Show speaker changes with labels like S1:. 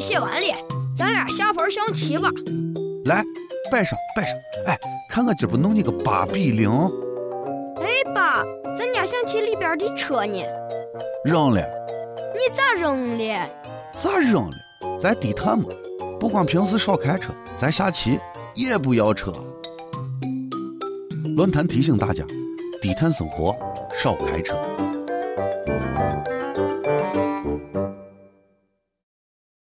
S1: 谢完礼，咱俩下盘象棋吧。
S2: 来，拜上拜上，哎，看看怎么弄那个八比零。
S1: 哎爸，咱家象棋里边的车呢？
S2: 扔了，
S1: 你咋扔了？
S2: 咋扔了？咱低碳嘛，不光平时少开车，咱下棋也不要车。论坛提醒大家：低碳生活，少开车。